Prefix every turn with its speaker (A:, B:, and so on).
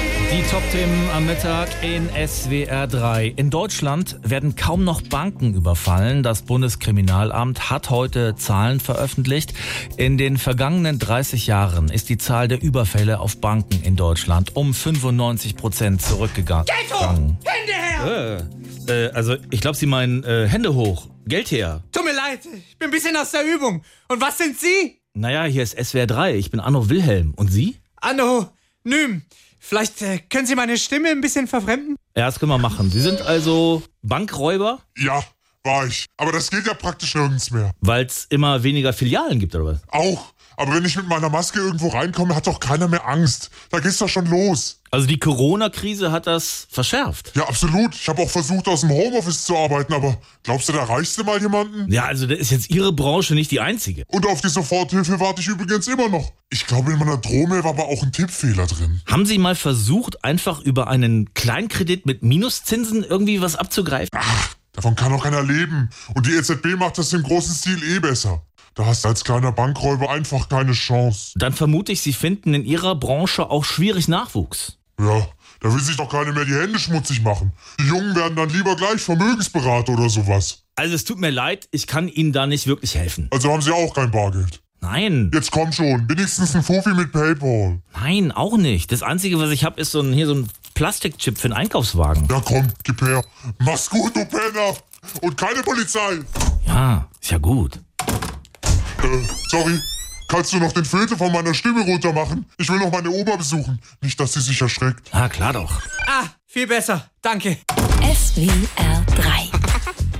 A: Die Top-Themen am Mittag in SWR 3. In Deutschland werden kaum noch Banken überfallen. Das Bundeskriminalamt hat heute Zahlen veröffentlicht. In den vergangenen 30 Jahren ist die Zahl der Überfälle auf Banken in Deutschland um 95 Prozent zurückgegangen.
B: Geld hoch! Hände her!
A: Äh, also ich glaube, Sie meinen äh, Hände hoch, Geld her.
B: Tut mir leid, ich bin ein bisschen aus der Übung. Und was sind Sie?
A: Naja, hier ist SWR 3. Ich bin Anno Wilhelm. Und Sie?
B: Anno, Nym. Vielleicht äh, können Sie meine Stimme ein bisschen verfremden?
A: Ja, das können wir machen. Sie sind also Bankräuber,
C: Ja, war ich. Aber das geht ja praktisch nirgends mehr.
A: weil es immer weniger Filialen gibt, oder was?
C: Auch. Aber wenn ich mit meiner Maske irgendwo reinkomme, hat doch keiner mehr Angst. Da geht's doch schon los.
A: Also die Corona-Krise hat das verschärft.
C: Ja, absolut. Ich habe auch versucht, aus dem Homeoffice zu arbeiten, aber glaubst du, da reichst du mal jemanden?
A: Ja, also da ist jetzt Ihre Branche nicht die einzige.
C: Und auf die Soforthilfe warte ich übrigens immer noch. Ich glaube, in meiner Drohmail war aber auch ein Tippfehler drin.
A: Haben Sie mal versucht, einfach über einen Kleinkredit mit Minuszinsen irgendwie was abzugreifen?
C: Davon kann doch keiner leben. Und die EZB macht das im großen Stil eh besser. Da hast du als kleiner Bankräuber einfach keine Chance.
A: Dann vermute ich, Sie finden in Ihrer Branche auch schwierig Nachwuchs.
C: Ja, da will sich doch keiner mehr die Hände schmutzig machen. Die Jungen werden dann lieber gleich Vermögensberater oder sowas.
A: Also es tut mir leid, ich kann Ihnen da nicht wirklich helfen.
C: Also haben sie auch kein Bargeld.
A: Nein,
C: Jetzt komm schon, wenigstens ein Fofi mit Paypal.
A: nein, auch nicht. Das Einzige, was ich habe, ist so ein, hier so ein Plastikchip für einen Einkaufswagen.
C: Ja komm, gib her. Mach's gut, du Penner. Und keine Polizei.
A: Ja, ist ja gut.
C: Äh, sorry. Kannst du noch den Filter von meiner Stimme runter machen? Ich will noch meine Oma besuchen. Nicht, dass sie sich erschreckt.
A: Na klar doch.
B: Ah, viel besser. Danke.
D: SWR 3.